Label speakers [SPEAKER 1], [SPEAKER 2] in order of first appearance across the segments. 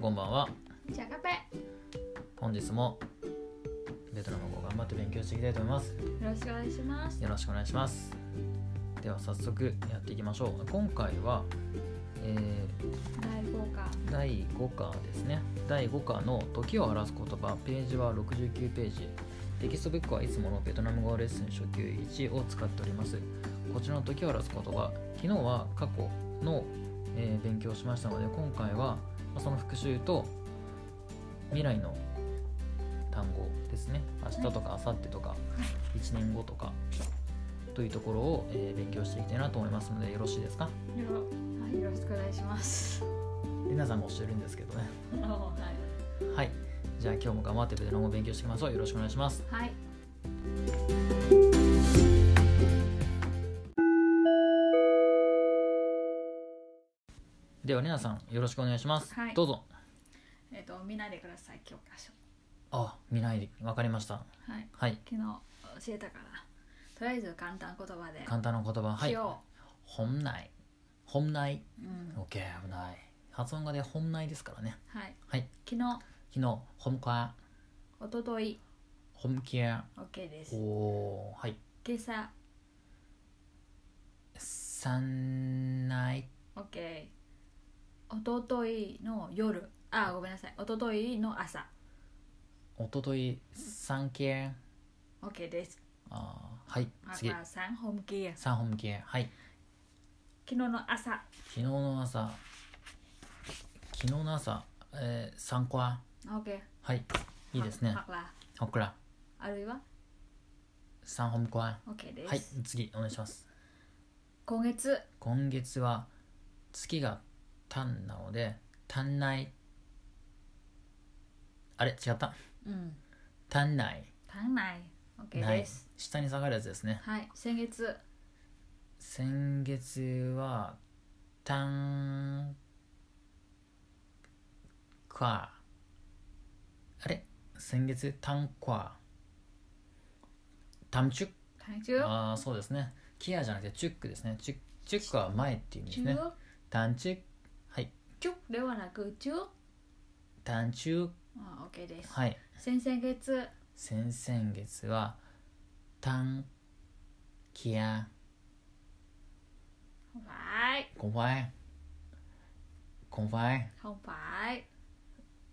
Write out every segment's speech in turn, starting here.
[SPEAKER 1] こんばんは
[SPEAKER 2] じゃがぺよ
[SPEAKER 1] 本日もベトナム語を頑張って勉強していきたいと思います
[SPEAKER 2] ろしくお願いします
[SPEAKER 1] よろしくお願いしますでは早速やっていきましょう今回は、え
[SPEAKER 2] 第5課
[SPEAKER 1] ー第5課ですね第5課の「時を表す言葉」ページは69ページテキストブックはいつものベトナム語レッスン初級1を使っておりますこちらの「時を表す言葉」昨日は過去の、えー勉強をしましたので今回はまあその復習と未来の単語ですね明日とか明後日とか1年後とかというところを、えー勉強していきたいなと思いますのでよろしいですか
[SPEAKER 2] よろ,、はい、よろしくお願いします
[SPEAKER 1] りなさんもしてるんですけどね
[SPEAKER 2] は
[SPEAKER 1] はいじゃあ今日も頑張ってベトナム語を勉強していきましょうよろしくお願いします
[SPEAKER 2] い、はい、
[SPEAKER 1] ではりなさんよろしくお願いします、
[SPEAKER 2] はい
[SPEAKER 1] どうぞ
[SPEAKER 2] えっ、と見ないでください教科書
[SPEAKER 1] あ見ないでわかりました
[SPEAKER 2] はい
[SPEAKER 1] はい
[SPEAKER 2] 昨日教えたからとりあえず簡単言葉で
[SPEAKER 1] 簡単な言葉は
[SPEAKER 2] し
[SPEAKER 1] い
[SPEAKER 2] よ
[SPEAKER 1] 本内本内
[SPEAKER 2] う、うん
[SPEAKER 1] オッケー危ない発音がで本内ですからね
[SPEAKER 2] はい
[SPEAKER 1] はい
[SPEAKER 2] 昨日
[SPEAKER 1] 昨日本家
[SPEAKER 2] おととい
[SPEAKER 1] 本家
[SPEAKER 2] OK です
[SPEAKER 1] おーはい
[SPEAKER 2] 今朝
[SPEAKER 1] 三内
[SPEAKER 2] OK おとといの夜あごめんなさいおとといの朝
[SPEAKER 1] おととい三件
[SPEAKER 2] OK です
[SPEAKER 1] あーはい
[SPEAKER 2] まあ
[SPEAKER 1] 次
[SPEAKER 2] まあ三本気昨
[SPEAKER 1] 三本件はい
[SPEAKER 2] 日の朝
[SPEAKER 1] 昨日の朝昨日の朝、えー、三家
[SPEAKER 2] OK
[SPEAKER 1] はいいいですね
[SPEAKER 2] はは
[SPEAKER 1] ほくら
[SPEAKER 2] あるいは
[SPEAKER 1] 三本家
[SPEAKER 2] OK です、
[SPEAKER 1] はい次お願いします
[SPEAKER 2] 今月
[SPEAKER 1] 今月は月が単なので単内あれ違った
[SPEAKER 2] うん
[SPEAKER 1] 単内
[SPEAKER 2] 足んない OK
[SPEAKER 1] ない
[SPEAKER 2] です
[SPEAKER 1] 下に下がるやつですね
[SPEAKER 2] はい先月
[SPEAKER 1] 先月は単価あれ先月単価単チュッ
[SPEAKER 2] 体重
[SPEAKER 1] ああそうですねキアじゃなくてチュックですねチュッチュックは前っていう意味です
[SPEAKER 2] 中
[SPEAKER 1] ね単チュッはい
[SPEAKER 2] 中ではなく中
[SPEAKER 1] 単チュッ
[SPEAKER 2] あ OK です、
[SPEAKER 1] はい
[SPEAKER 2] 先々月
[SPEAKER 1] 先々月は単キア
[SPEAKER 2] không phải
[SPEAKER 1] không phải không phải
[SPEAKER 2] không phải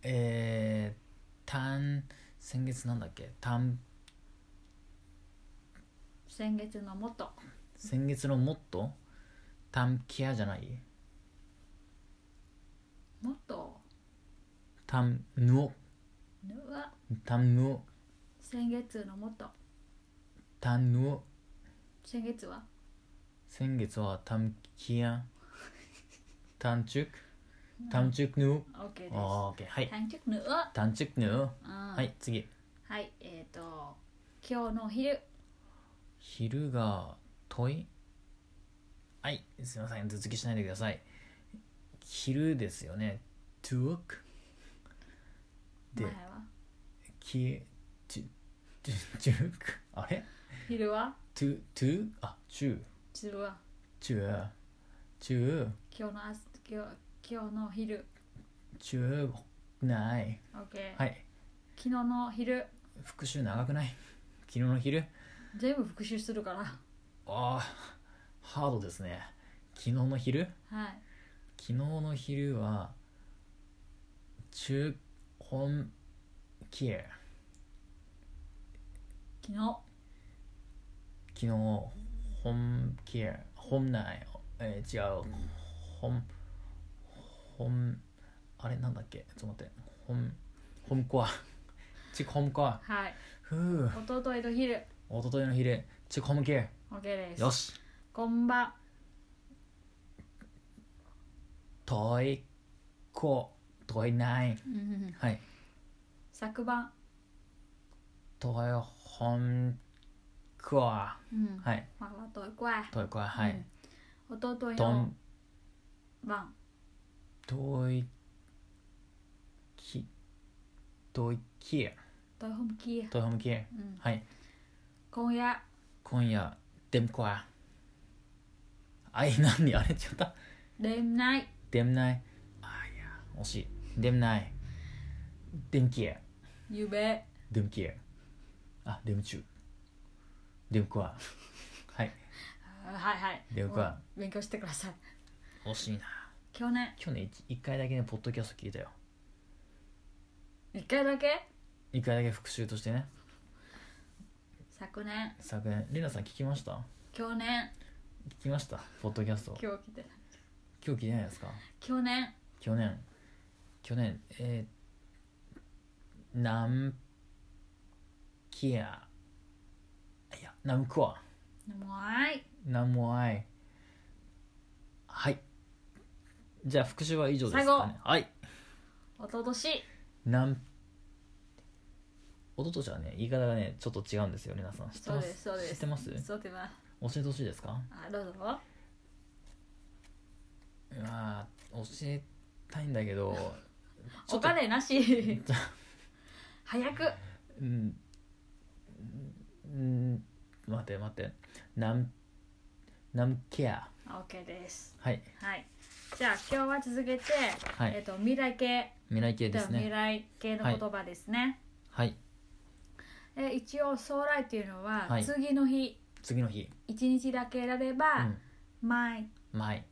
[SPEAKER 1] えー、単先月なんだっけ単
[SPEAKER 2] 先月のもっと
[SPEAKER 1] 先月のモットー単キアじゃない
[SPEAKER 2] もっと
[SPEAKER 1] 単ヌオ
[SPEAKER 2] nữa
[SPEAKER 1] 単ヌオ
[SPEAKER 2] 先月のもっと
[SPEAKER 1] 単ヌオ
[SPEAKER 2] 先月は
[SPEAKER 1] 先月は単キア単チュク単チュクヌオ
[SPEAKER 2] OK です
[SPEAKER 1] オーケーはい
[SPEAKER 2] tháng trước nữa
[SPEAKER 1] 単チュクヌオ
[SPEAKER 2] うん
[SPEAKER 1] はい次
[SPEAKER 2] はいえっ、と今日の昼
[SPEAKER 1] 昼が遠いはいすいません頭突きしないでください昼ですよね to work で
[SPEAKER 2] 前は
[SPEAKER 1] きちちちゅあれ
[SPEAKER 2] 昼は
[SPEAKER 1] to to あちゅ
[SPEAKER 2] 昼は
[SPEAKER 1] ちゅちゅ
[SPEAKER 2] 今日の朝今日今日の昼
[SPEAKER 1] ちゅない
[SPEAKER 2] OK、
[SPEAKER 1] はい
[SPEAKER 2] 昨日の昼
[SPEAKER 1] 復習長くない昨日の昼
[SPEAKER 2] 全部復習するから
[SPEAKER 1] あーハードですね昨日の昼
[SPEAKER 2] はい
[SPEAKER 1] 昨日の昼は中本キエ
[SPEAKER 2] 昨日
[SPEAKER 1] 昨日本キエ本内えー、違う本本あれなんだっけちょっと待って本本コア チコ本コア
[SPEAKER 2] はい
[SPEAKER 1] ふう
[SPEAKER 2] おとといの昼
[SPEAKER 1] 一昨日の昼チコ本キエ
[SPEAKER 2] OK です
[SPEAKER 1] よし
[SPEAKER 2] こんばん
[SPEAKER 1] 遠い子遠いないはい
[SPEAKER 2] 昨晩、
[SPEAKER 1] 遠い本コア
[SPEAKER 2] うんい、
[SPEAKER 1] はい
[SPEAKER 2] まあといこい
[SPEAKER 1] 遠い子ははい、
[SPEAKER 2] うんおととい
[SPEAKER 1] ど
[SPEAKER 2] の
[SPEAKER 1] ん
[SPEAKER 2] 晩
[SPEAKER 1] どいきどいき
[SPEAKER 2] といほむき
[SPEAKER 1] どいほむき
[SPEAKER 2] うん
[SPEAKER 1] はい
[SPEAKER 2] 今夜
[SPEAKER 1] 今夜でんこやあい何あれちゃった
[SPEAKER 2] でんない
[SPEAKER 1] でんないあいや惜しい dem Nein dem Kier
[SPEAKER 2] 夢
[SPEAKER 1] dem Kier あ dem Zu dem Qua はい
[SPEAKER 2] あはいはい
[SPEAKER 1] 了解
[SPEAKER 2] もう勉強してください
[SPEAKER 1] 惜しいな
[SPEAKER 2] 去年
[SPEAKER 1] 去年 1, 回だけねポッドキャスト聞いたよ
[SPEAKER 2] 一回だけ
[SPEAKER 1] 1回だけ復習としてね
[SPEAKER 2] 昨年
[SPEAKER 1] 昨年レナさん聞きました
[SPEAKER 2] 去年
[SPEAKER 1] 聞きましたポッドキャスト
[SPEAKER 2] 今日来て
[SPEAKER 1] 今日聞いてないですか
[SPEAKER 2] 去年
[SPEAKER 1] 去年去年えー、ナムキアいやナムクワ
[SPEAKER 2] もうあい
[SPEAKER 1] ナムワイはいじゃあ復習は以上です
[SPEAKER 2] 最
[SPEAKER 1] か
[SPEAKER 2] 後
[SPEAKER 1] ねはい
[SPEAKER 2] おととし
[SPEAKER 1] なんおととしはね言い方がねちょっと違うんですよ皆さん知って
[SPEAKER 2] そう
[SPEAKER 1] ま
[SPEAKER 2] ですすそうです
[SPEAKER 1] 知ってます
[SPEAKER 2] そうでます
[SPEAKER 1] 教えてほしいですか
[SPEAKER 2] あどうぞ
[SPEAKER 1] まあ教えたいんだけど
[SPEAKER 2] お
[SPEAKER 1] と
[SPEAKER 2] 金なし
[SPEAKER 1] ちょ
[SPEAKER 2] 早く
[SPEAKER 1] うんうん待って待ってナムナムケア
[SPEAKER 2] OK です
[SPEAKER 1] はい
[SPEAKER 2] はいじゃあ今日は続けて、
[SPEAKER 1] はい
[SPEAKER 2] えっと未来系
[SPEAKER 1] 未来系で
[SPEAKER 2] では
[SPEAKER 1] す
[SPEAKER 2] 未
[SPEAKER 1] ね
[SPEAKER 2] 来系の言葉ですね、
[SPEAKER 1] はい
[SPEAKER 2] え一応将来っていうのは、
[SPEAKER 1] はい
[SPEAKER 2] 次の日
[SPEAKER 1] 次の日
[SPEAKER 2] 一日だけ選べば、前
[SPEAKER 1] 前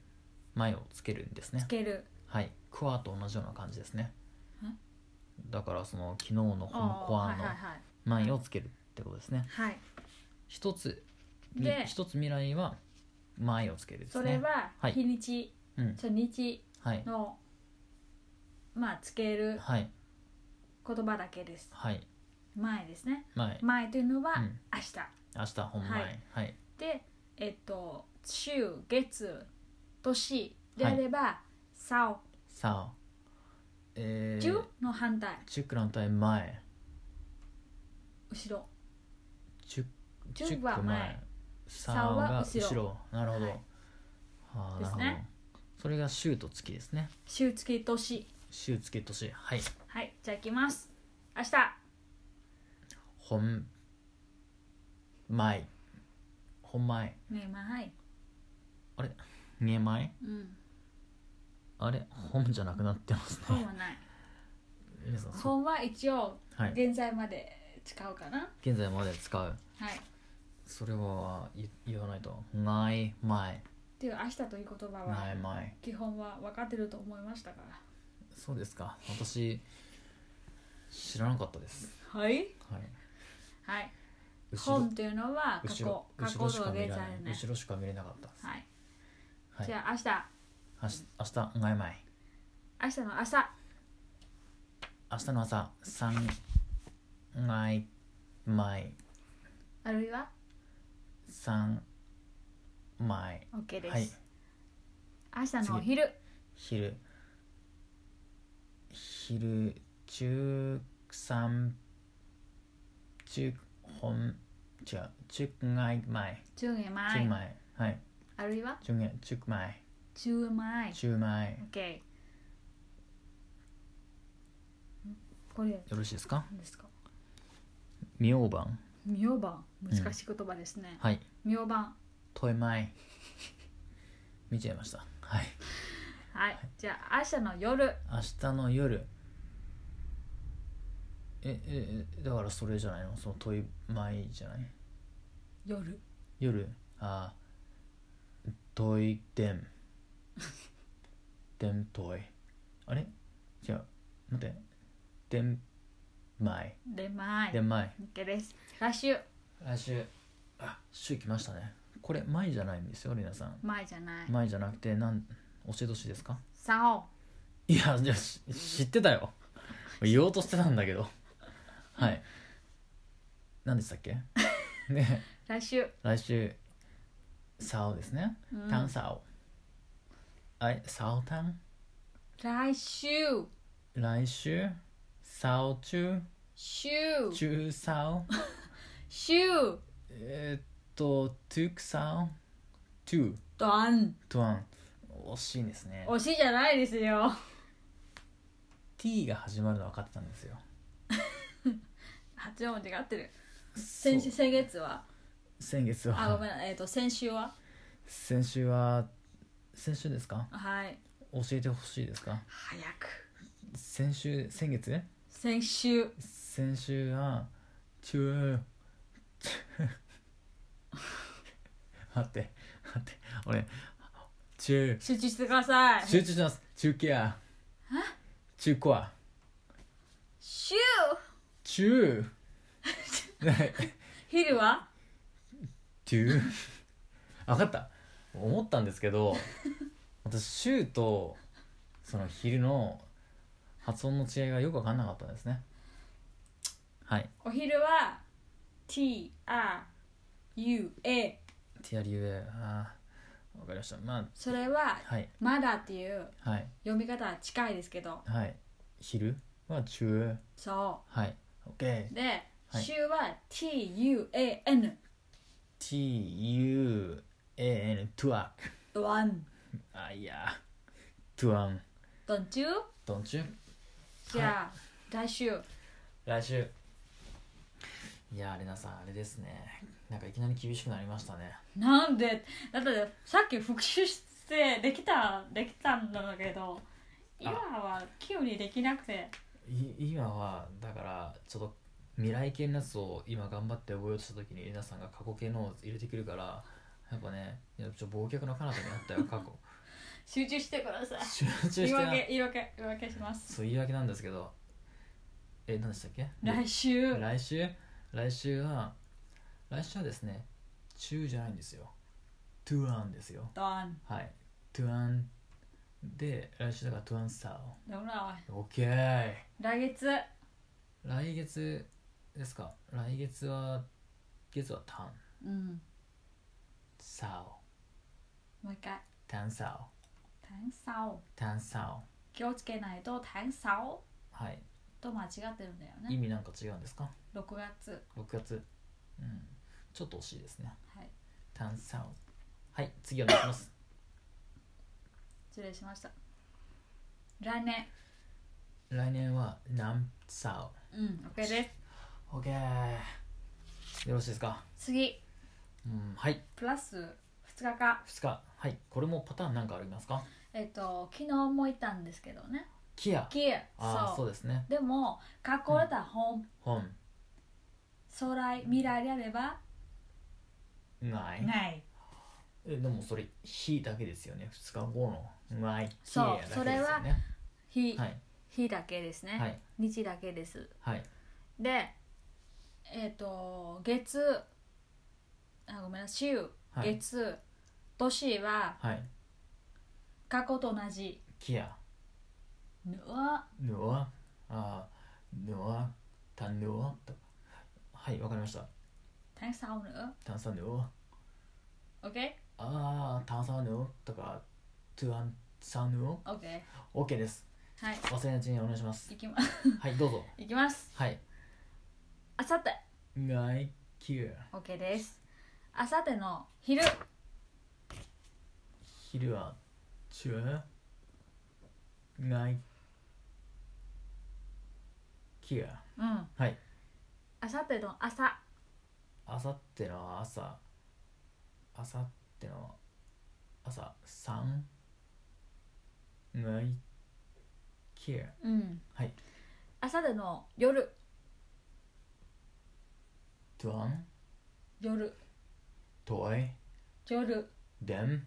[SPEAKER 1] 前をつけるんですね
[SPEAKER 2] つける
[SPEAKER 1] はいクワと同じような感じですね
[SPEAKER 2] ん
[SPEAKER 1] だからその昨日のこの
[SPEAKER 2] あー
[SPEAKER 1] コ
[SPEAKER 2] は
[SPEAKER 1] ア
[SPEAKER 2] いは
[SPEAKER 1] の
[SPEAKER 2] いはい
[SPEAKER 1] 前をつけるってことですね
[SPEAKER 2] はい
[SPEAKER 1] 一つみ
[SPEAKER 2] で
[SPEAKER 1] 一つ未来は前をつけるです
[SPEAKER 2] そ
[SPEAKER 1] ね
[SPEAKER 2] れは
[SPEAKER 1] はい
[SPEAKER 2] 日にち、
[SPEAKER 1] うん
[SPEAKER 2] ちょ日
[SPEAKER 1] はい
[SPEAKER 2] のまあつける
[SPEAKER 1] はい
[SPEAKER 2] 言葉だけです
[SPEAKER 1] はい
[SPEAKER 2] 前ですね
[SPEAKER 1] 前
[SPEAKER 2] 前というのは
[SPEAKER 1] うん
[SPEAKER 2] 明日、
[SPEAKER 1] 明日本前
[SPEAKER 2] はい
[SPEAKER 1] はい
[SPEAKER 2] でえっと週月年であれば「さお
[SPEAKER 1] さあえ」ー
[SPEAKER 2] 「中」の反対
[SPEAKER 1] チュックの反対前
[SPEAKER 2] 後ろ
[SPEAKER 1] チュッ
[SPEAKER 2] チュッは前
[SPEAKER 1] サー
[SPEAKER 2] サオ
[SPEAKER 1] が
[SPEAKER 2] は
[SPEAKER 1] 後ろ
[SPEAKER 2] 後
[SPEAKER 1] なるほど、
[SPEAKER 2] は
[SPEAKER 1] はいあーな
[SPEAKER 2] で
[SPEAKER 1] る
[SPEAKER 2] す
[SPEAKER 1] ほど、
[SPEAKER 2] ね
[SPEAKER 1] それが週と月ですね
[SPEAKER 2] 「週月年
[SPEAKER 1] 週月年はい」
[SPEAKER 2] はいじゃあいきます明日
[SPEAKER 1] 本前本前
[SPEAKER 2] ね前
[SPEAKER 1] あれ見え前
[SPEAKER 2] うん
[SPEAKER 1] あれ本じゃなくなってます
[SPEAKER 2] 本
[SPEAKER 1] ね
[SPEAKER 2] はない
[SPEAKER 1] 皆さんそう
[SPEAKER 2] 本は一応
[SPEAKER 1] はい
[SPEAKER 2] 現在まで使うかな
[SPEAKER 1] 現在まで使う
[SPEAKER 2] はい
[SPEAKER 1] それは言言わないとない前
[SPEAKER 2] っていう明日という言葉
[SPEAKER 1] ない
[SPEAKER 2] は
[SPEAKER 1] 前
[SPEAKER 2] 基本は分かってると思いましたか
[SPEAKER 1] そうですか私知らなかったです
[SPEAKER 2] らはい
[SPEAKER 1] はい
[SPEAKER 2] はい
[SPEAKER 1] 後ろ
[SPEAKER 2] 本というのは過
[SPEAKER 1] 後
[SPEAKER 2] 去
[SPEAKER 1] ろ
[SPEAKER 2] 過去
[SPEAKER 1] 後ろしか
[SPEAKER 2] と
[SPEAKER 1] 見れ
[SPEAKER 2] 現
[SPEAKER 1] な
[SPEAKER 2] 在
[SPEAKER 1] い
[SPEAKER 2] ね
[SPEAKER 1] 後ろしか見れなかったです
[SPEAKER 2] はい
[SPEAKER 1] はい
[SPEAKER 2] じゃあ明日
[SPEAKER 1] 明日明日お前前
[SPEAKER 2] 明日の朝
[SPEAKER 1] 明日の朝三前前
[SPEAKER 2] あるいは
[SPEAKER 1] 三前
[SPEAKER 2] OK です、
[SPEAKER 1] はい
[SPEAKER 2] 明日のお昼
[SPEAKER 1] 昼昼中三中本違う中外前
[SPEAKER 2] 10円
[SPEAKER 1] 中
[SPEAKER 2] 前
[SPEAKER 1] 前はい
[SPEAKER 2] あるいは
[SPEAKER 1] 中外中前
[SPEAKER 2] 10円前
[SPEAKER 1] 中前
[SPEAKER 2] OK んこれ
[SPEAKER 1] よろしいですか
[SPEAKER 2] 何ですか
[SPEAKER 1] 明晩
[SPEAKER 2] 明晩難しい言葉ですね、
[SPEAKER 1] はい
[SPEAKER 2] 明晩
[SPEAKER 1] 遠い前見ちゃいましたはい
[SPEAKER 2] はい、じゃあ明日の夜
[SPEAKER 1] 明日の夜えええだからそれじゃないのその問い前じゃない
[SPEAKER 2] 夜
[SPEAKER 1] 夜あ問いでんでん問いあれじゃあ待ってでん前
[SPEAKER 2] で前
[SPEAKER 1] でん前
[SPEAKER 2] OK です来週
[SPEAKER 1] 来週あ週来ましたねこれ前じゃないんですよ皆さん
[SPEAKER 2] 前じゃない
[SPEAKER 1] 前じゃなくてなん教えてほしいですか
[SPEAKER 2] さお
[SPEAKER 1] いやじゃあし知ってたよ言おうとしてたんだけどはい何でしたっけね
[SPEAKER 2] 来週
[SPEAKER 1] 来週サオですね
[SPEAKER 2] うん
[SPEAKER 1] タンサオあれサオタン
[SPEAKER 2] 来週
[SPEAKER 1] 来週サオ中
[SPEAKER 2] 週
[SPEAKER 1] 中サオ
[SPEAKER 2] 週
[SPEAKER 1] えーっとトゥクサオトゥ
[SPEAKER 2] ドン
[SPEAKER 1] トワン惜しいですね
[SPEAKER 2] 推しじゃないですよ
[SPEAKER 1] T が始まるの分かってたんですよ
[SPEAKER 2] 発音違ってる先
[SPEAKER 1] そう
[SPEAKER 2] 週先月は
[SPEAKER 1] 先月は
[SPEAKER 2] あごめんえっ、と先週は
[SPEAKER 1] 先週は先週ですか
[SPEAKER 2] はい
[SPEAKER 1] 教えてほしいですか
[SPEAKER 2] 早く
[SPEAKER 1] 先週先月
[SPEAKER 2] 先週
[SPEAKER 1] 先週は中待って待って俺中
[SPEAKER 2] 集中してください
[SPEAKER 1] 集中します中ケア中コア
[SPEAKER 2] 週
[SPEAKER 1] 中
[SPEAKER 2] 昼は
[SPEAKER 1] 中分かった思ったんですけど私週とその昼の発音の違いがよく分かんなかったですねはい
[SPEAKER 2] お昼は T R U A
[SPEAKER 1] ティアリウェあーわかりましたまあ
[SPEAKER 2] それは
[SPEAKER 1] はい
[SPEAKER 2] まだっていう
[SPEAKER 1] はい
[SPEAKER 2] 読み方は近いですけど
[SPEAKER 1] はい昼は中
[SPEAKER 2] そ
[SPEAKER 1] はい
[SPEAKER 2] うで、
[SPEAKER 1] はい
[SPEAKER 2] 週は T U A N
[SPEAKER 1] OKTUAN トゥアク
[SPEAKER 2] ワン
[SPEAKER 1] あいやトゥアン
[SPEAKER 2] ドンチュ
[SPEAKER 1] どんちゅ
[SPEAKER 2] じゃあ、来週
[SPEAKER 1] 来週いやレナさんあれですねなんかいきなり厳しくなりましたね
[SPEAKER 2] なんでだってさっき復習してできたできたんだけど今は急にできなくて
[SPEAKER 1] い今はだからちょっと未来系のやつを今頑張って覚えようとした時にレナさんが過去系のを入れてくるからやっぱねいやちょっと忘却の彼方になったよ過去
[SPEAKER 2] 集中してください
[SPEAKER 1] 集中して
[SPEAKER 2] 言い
[SPEAKER 1] な
[SPEAKER 2] 訳言い訳言い訳します
[SPEAKER 1] そう言い訳なんですけどえ何でしたっけ
[SPEAKER 2] 来週
[SPEAKER 1] 来週来週は来週はですね中じゃないんですよトゥアンですよ
[SPEAKER 2] ドン
[SPEAKER 1] はいトゥアンで来週だからトゥアンスター
[SPEAKER 2] どうな
[SPEAKER 1] オッケー
[SPEAKER 2] 来月
[SPEAKER 1] 来月ですか来月は月はタン
[SPEAKER 2] うん
[SPEAKER 1] サオ
[SPEAKER 2] もう一回
[SPEAKER 1] タンサオ
[SPEAKER 2] 炭酸
[SPEAKER 1] タンサオ
[SPEAKER 2] 気をつけないと炭酸
[SPEAKER 1] はい
[SPEAKER 2] と間違ってるんだよ
[SPEAKER 1] 意
[SPEAKER 2] ね
[SPEAKER 1] 味なんか違うんですか
[SPEAKER 2] 6月
[SPEAKER 1] 6月うんちょっと惜しいですね
[SPEAKER 2] はい
[SPEAKER 1] タンサオはい次お願いします
[SPEAKER 2] 失礼しました来年
[SPEAKER 1] 来年はナンサオ
[SPEAKER 2] うん OK です
[SPEAKER 1] オッケーよろしいですか
[SPEAKER 2] 次
[SPEAKER 1] うんはい
[SPEAKER 2] プラス2日か
[SPEAKER 1] 2日はいこれもパターンなんかありますか
[SPEAKER 2] えっと昨日も言ったんですけどね
[SPEAKER 1] キア
[SPEAKER 2] キエ
[SPEAKER 1] ああ
[SPEAKER 2] そ
[SPEAKER 1] そううですね
[SPEAKER 2] でも学校だったら本
[SPEAKER 1] 本
[SPEAKER 2] 将来未来であれば
[SPEAKER 1] ない
[SPEAKER 2] ない
[SPEAKER 1] えでもそれ日だけですよね2日後のない
[SPEAKER 2] そ
[SPEAKER 1] キアだ
[SPEAKER 2] う
[SPEAKER 1] けです
[SPEAKER 2] それは
[SPEAKER 1] よね
[SPEAKER 2] 日、
[SPEAKER 1] はい
[SPEAKER 2] 日だけですね、
[SPEAKER 1] はい
[SPEAKER 2] 日だけです
[SPEAKER 1] はい
[SPEAKER 2] でえっ、と月あごめんなさい週、
[SPEAKER 1] はい
[SPEAKER 2] 月年は
[SPEAKER 1] はい
[SPEAKER 2] 過去と同じ
[SPEAKER 1] キア
[SPEAKER 2] ぬわ
[SPEAKER 1] ぬわあーぬわたぬわとはいわかりました
[SPEAKER 2] 炭酸ぬ
[SPEAKER 1] 炭酸ぬわ
[SPEAKER 2] OK?
[SPEAKER 1] あー炭酸ぬわとかトゥアンサンぬわ
[SPEAKER 2] OK は
[SPEAKER 1] OK です
[SPEAKER 2] い
[SPEAKER 1] 忘れないうちにお願いします
[SPEAKER 2] いきま
[SPEAKER 1] はいどうぞ
[SPEAKER 2] いきます
[SPEAKER 1] はい
[SPEAKER 2] あさって
[SPEAKER 1] ないきゅ
[SPEAKER 2] OK ですあさっての昼
[SPEAKER 1] 昼は中ないきゅ
[SPEAKER 2] うん
[SPEAKER 1] はい
[SPEAKER 2] あさっての朝
[SPEAKER 1] あさっての朝あさっての朝三ないきゅ
[SPEAKER 2] うん
[SPEAKER 1] はい
[SPEAKER 2] あさっての夜
[SPEAKER 1] とわん
[SPEAKER 2] 夜
[SPEAKER 1] とい
[SPEAKER 2] 夜
[SPEAKER 1] でん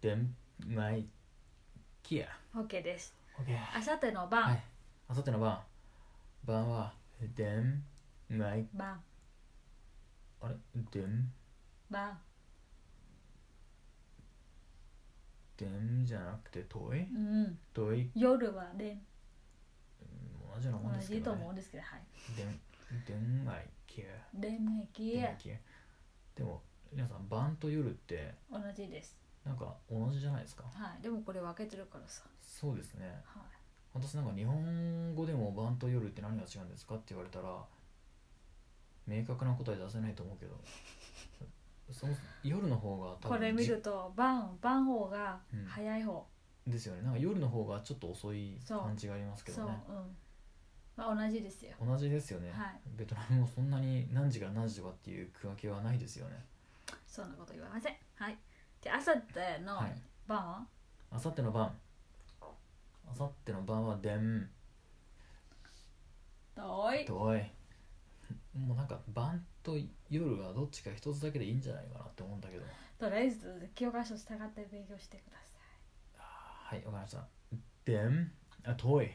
[SPEAKER 1] でんないきゅ
[SPEAKER 2] OK です
[SPEAKER 1] オッケー
[SPEAKER 2] あさっての晩、
[SPEAKER 1] はいあさっての晩晩はでんない
[SPEAKER 2] 晩
[SPEAKER 1] あれでん
[SPEAKER 2] 晩
[SPEAKER 1] 点じゃなくて遠い
[SPEAKER 2] うん
[SPEAKER 1] 遠い
[SPEAKER 2] 夜はで
[SPEAKER 1] 同じようなもん
[SPEAKER 2] 同
[SPEAKER 1] ですけ
[SPEAKER 2] じと
[SPEAKER 1] ど、
[SPEAKER 2] 思う
[SPEAKER 1] ね、
[SPEAKER 2] んですけどはい
[SPEAKER 1] 点愛系
[SPEAKER 2] でめき
[SPEAKER 1] 点愛
[SPEAKER 2] え
[SPEAKER 1] 系でも皆さん晩と夜って
[SPEAKER 2] 同じです
[SPEAKER 1] なんか同じじゃないですか
[SPEAKER 2] はいでもこれ分けてるからさ
[SPEAKER 1] そうですね
[SPEAKER 2] はい
[SPEAKER 1] 私なんか日本語でも晩と夜って何が違うんですかって言われたら明確な答え出せないと思うけどその夜の方が多
[SPEAKER 2] こ
[SPEAKER 1] 分
[SPEAKER 2] れ見ると晩晩方が
[SPEAKER 1] うん
[SPEAKER 2] 早い方、
[SPEAKER 1] じですよねなんか夜の方がちょっと遅い
[SPEAKER 2] そう
[SPEAKER 1] 感じがありますけ
[SPEAKER 2] そ
[SPEAKER 1] ど
[SPEAKER 2] ううん
[SPEAKER 1] ね
[SPEAKER 2] まあ同じですよ
[SPEAKER 1] 同じですよね、
[SPEAKER 2] はい
[SPEAKER 1] ベトナムもそんなに何時から何時とかっていう区分けはないですよね
[SPEAKER 2] そんなこと言わませんはいじゃあさっての
[SPEAKER 1] はい
[SPEAKER 2] 晩は
[SPEAKER 1] あさっての晩あさっての晩はでん
[SPEAKER 2] 遠い
[SPEAKER 1] どいもうなんか晩と夜はどっちか一つだけでいいんじゃないかなって思うんだけど
[SPEAKER 2] とりあえず教科書従って勉強してくださ
[SPEAKER 1] あーはいわかりましたでんあ遠い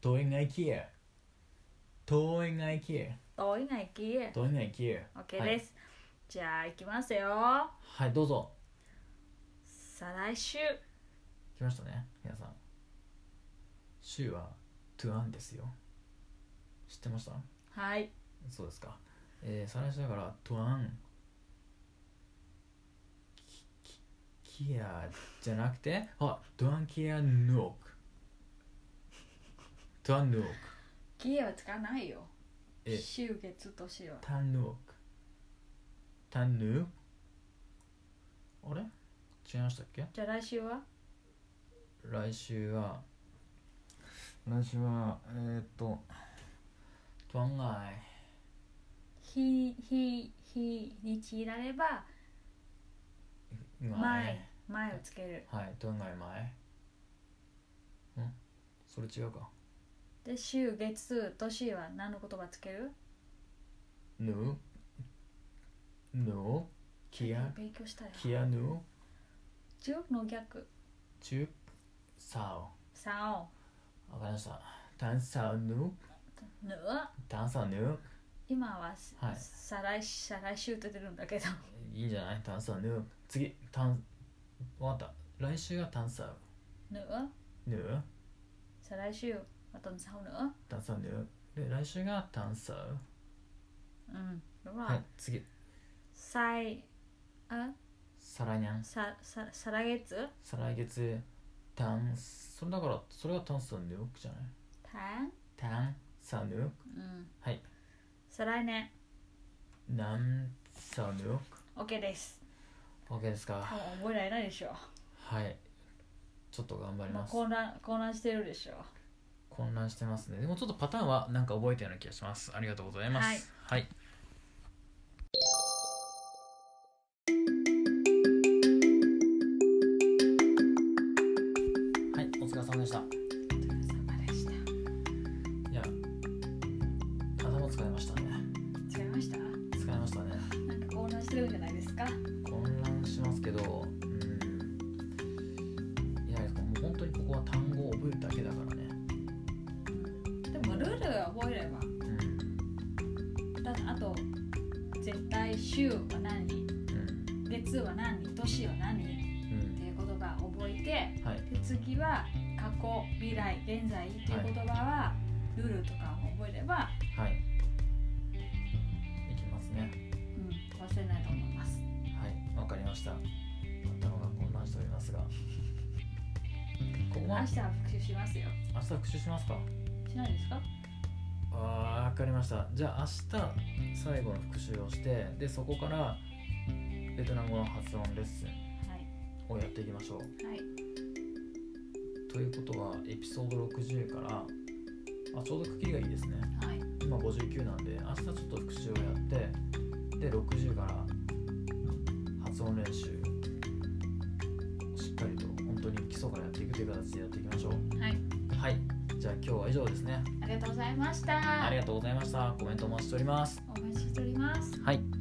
[SPEAKER 1] 遠いが行きや遠いが行きや
[SPEAKER 2] い遠いな行き
[SPEAKER 1] 遠いが行きや
[SPEAKER 2] OK
[SPEAKER 1] はい
[SPEAKER 2] です、じゃあ行きますよ
[SPEAKER 1] はいどうぞ
[SPEAKER 2] 再来週
[SPEAKER 1] 来ましたね皆さん週はトゥアンですよ知ってました
[SPEAKER 2] はい
[SPEAKER 1] そうですかえー、再来週だからトゥアンキキキアじゃなくてあトゥアンキアヌオクトゥアンヌオク
[SPEAKER 2] ギエは使わないよ
[SPEAKER 1] え
[SPEAKER 2] 週月年は
[SPEAKER 1] タンヌオクタンヌオクあれ違いましたっけ
[SPEAKER 2] じゃあ来週は
[SPEAKER 1] 来週は来週はえー、っとトワンガイ
[SPEAKER 2] 日日日にちられば前前をつける
[SPEAKER 1] はいトワンガイ前んそれ違うか
[SPEAKER 2] で週月年は何の言葉つける
[SPEAKER 1] ぬぬキア
[SPEAKER 2] 勉強したよ
[SPEAKER 1] キアぬ
[SPEAKER 2] 中国の逆
[SPEAKER 1] チュサ
[SPEAKER 2] 三音
[SPEAKER 1] オわかりました炭酸ぬ
[SPEAKER 2] ぬ
[SPEAKER 1] 炭酸ぬ
[SPEAKER 2] 今はす、
[SPEAKER 1] はい
[SPEAKER 2] 再来再来週って出るんだけど
[SPEAKER 1] いいんじゃない炭酸ぬ次炭わかった来週は炭酸
[SPEAKER 2] ぬ
[SPEAKER 1] ぬ
[SPEAKER 2] 再来週また三音ぬ
[SPEAKER 1] 炭酸ぬで来週が炭酸
[SPEAKER 2] うんほら、
[SPEAKER 1] はい次
[SPEAKER 2] 再あ
[SPEAKER 1] 再来年
[SPEAKER 2] ささ再来月
[SPEAKER 1] 再来月炭それだからそれが炭酸ヌークじゃない
[SPEAKER 2] 単
[SPEAKER 1] 炭酸ヌーク
[SPEAKER 2] うん
[SPEAKER 1] はい
[SPEAKER 2] 再来年
[SPEAKER 1] 南酸ヌー
[SPEAKER 2] OK です
[SPEAKER 1] ク OK です
[SPEAKER 2] 多
[SPEAKER 1] か
[SPEAKER 2] 分覚えられないでしょ
[SPEAKER 1] はいちょっと頑張り
[SPEAKER 2] もう
[SPEAKER 1] ます
[SPEAKER 2] 混乱混乱してるでしょ
[SPEAKER 1] 混乱してますねでもちょっとパターンはなんか覚えたような気がしますありがとうございますはい、はい、お疲れ様でした
[SPEAKER 2] お疲れ様でした
[SPEAKER 1] いや頭使いましたね
[SPEAKER 2] 違いました
[SPEAKER 1] 使いましたね
[SPEAKER 2] なんか混乱してるじゃないですか
[SPEAKER 1] 混乱しますけどうんいやもう本当にここは単語を覚えるだけだからね
[SPEAKER 2] でもルールを覚えれば
[SPEAKER 1] うんうん
[SPEAKER 2] だあと絶対週は何月は何年は何
[SPEAKER 1] うん
[SPEAKER 2] っていうことが覚えて
[SPEAKER 1] はい
[SPEAKER 2] で次は過去未来現在っていう言葉はルールとかを覚えれば、
[SPEAKER 1] はいいきますね
[SPEAKER 2] うん、忘れないと思います
[SPEAKER 1] はいわかりました頭が混乱しており ますがここ
[SPEAKER 2] 明
[SPEAKER 1] は
[SPEAKER 2] 日は復習しますよ
[SPEAKER 1] 明日復習しますか
[SPEAKER 2] しないですか
[SPEAKER 1] あーわかりましたじゃあ明日最後の復習をしてでそこからベトナム語の発音レッスン
[SPEAKER 2] はい
[SPEAKER 1] をやっていきましょう
[SPEAKER 2] はい
[SPEAKER 1] ということはエピソード60からあちょうど区切りがいいですね
[SPEAKER 2] はい
[SPEAKER 1] 今59なんで明日ちょっと復習をやってで60から発音練習しっかりと本当に基礎からやっていくという形でやっていきましょう
[SPEAKER 2] はい
[SPEAKER 1] はいじゃあ今日は以上ですね
[SPEAKER 2] ありがとうございました
[SPEAKER 1] ありがとうございましたコメントお待ちしております
[SPEAKER 2] お待ちしております
[SPEAKER 1] はい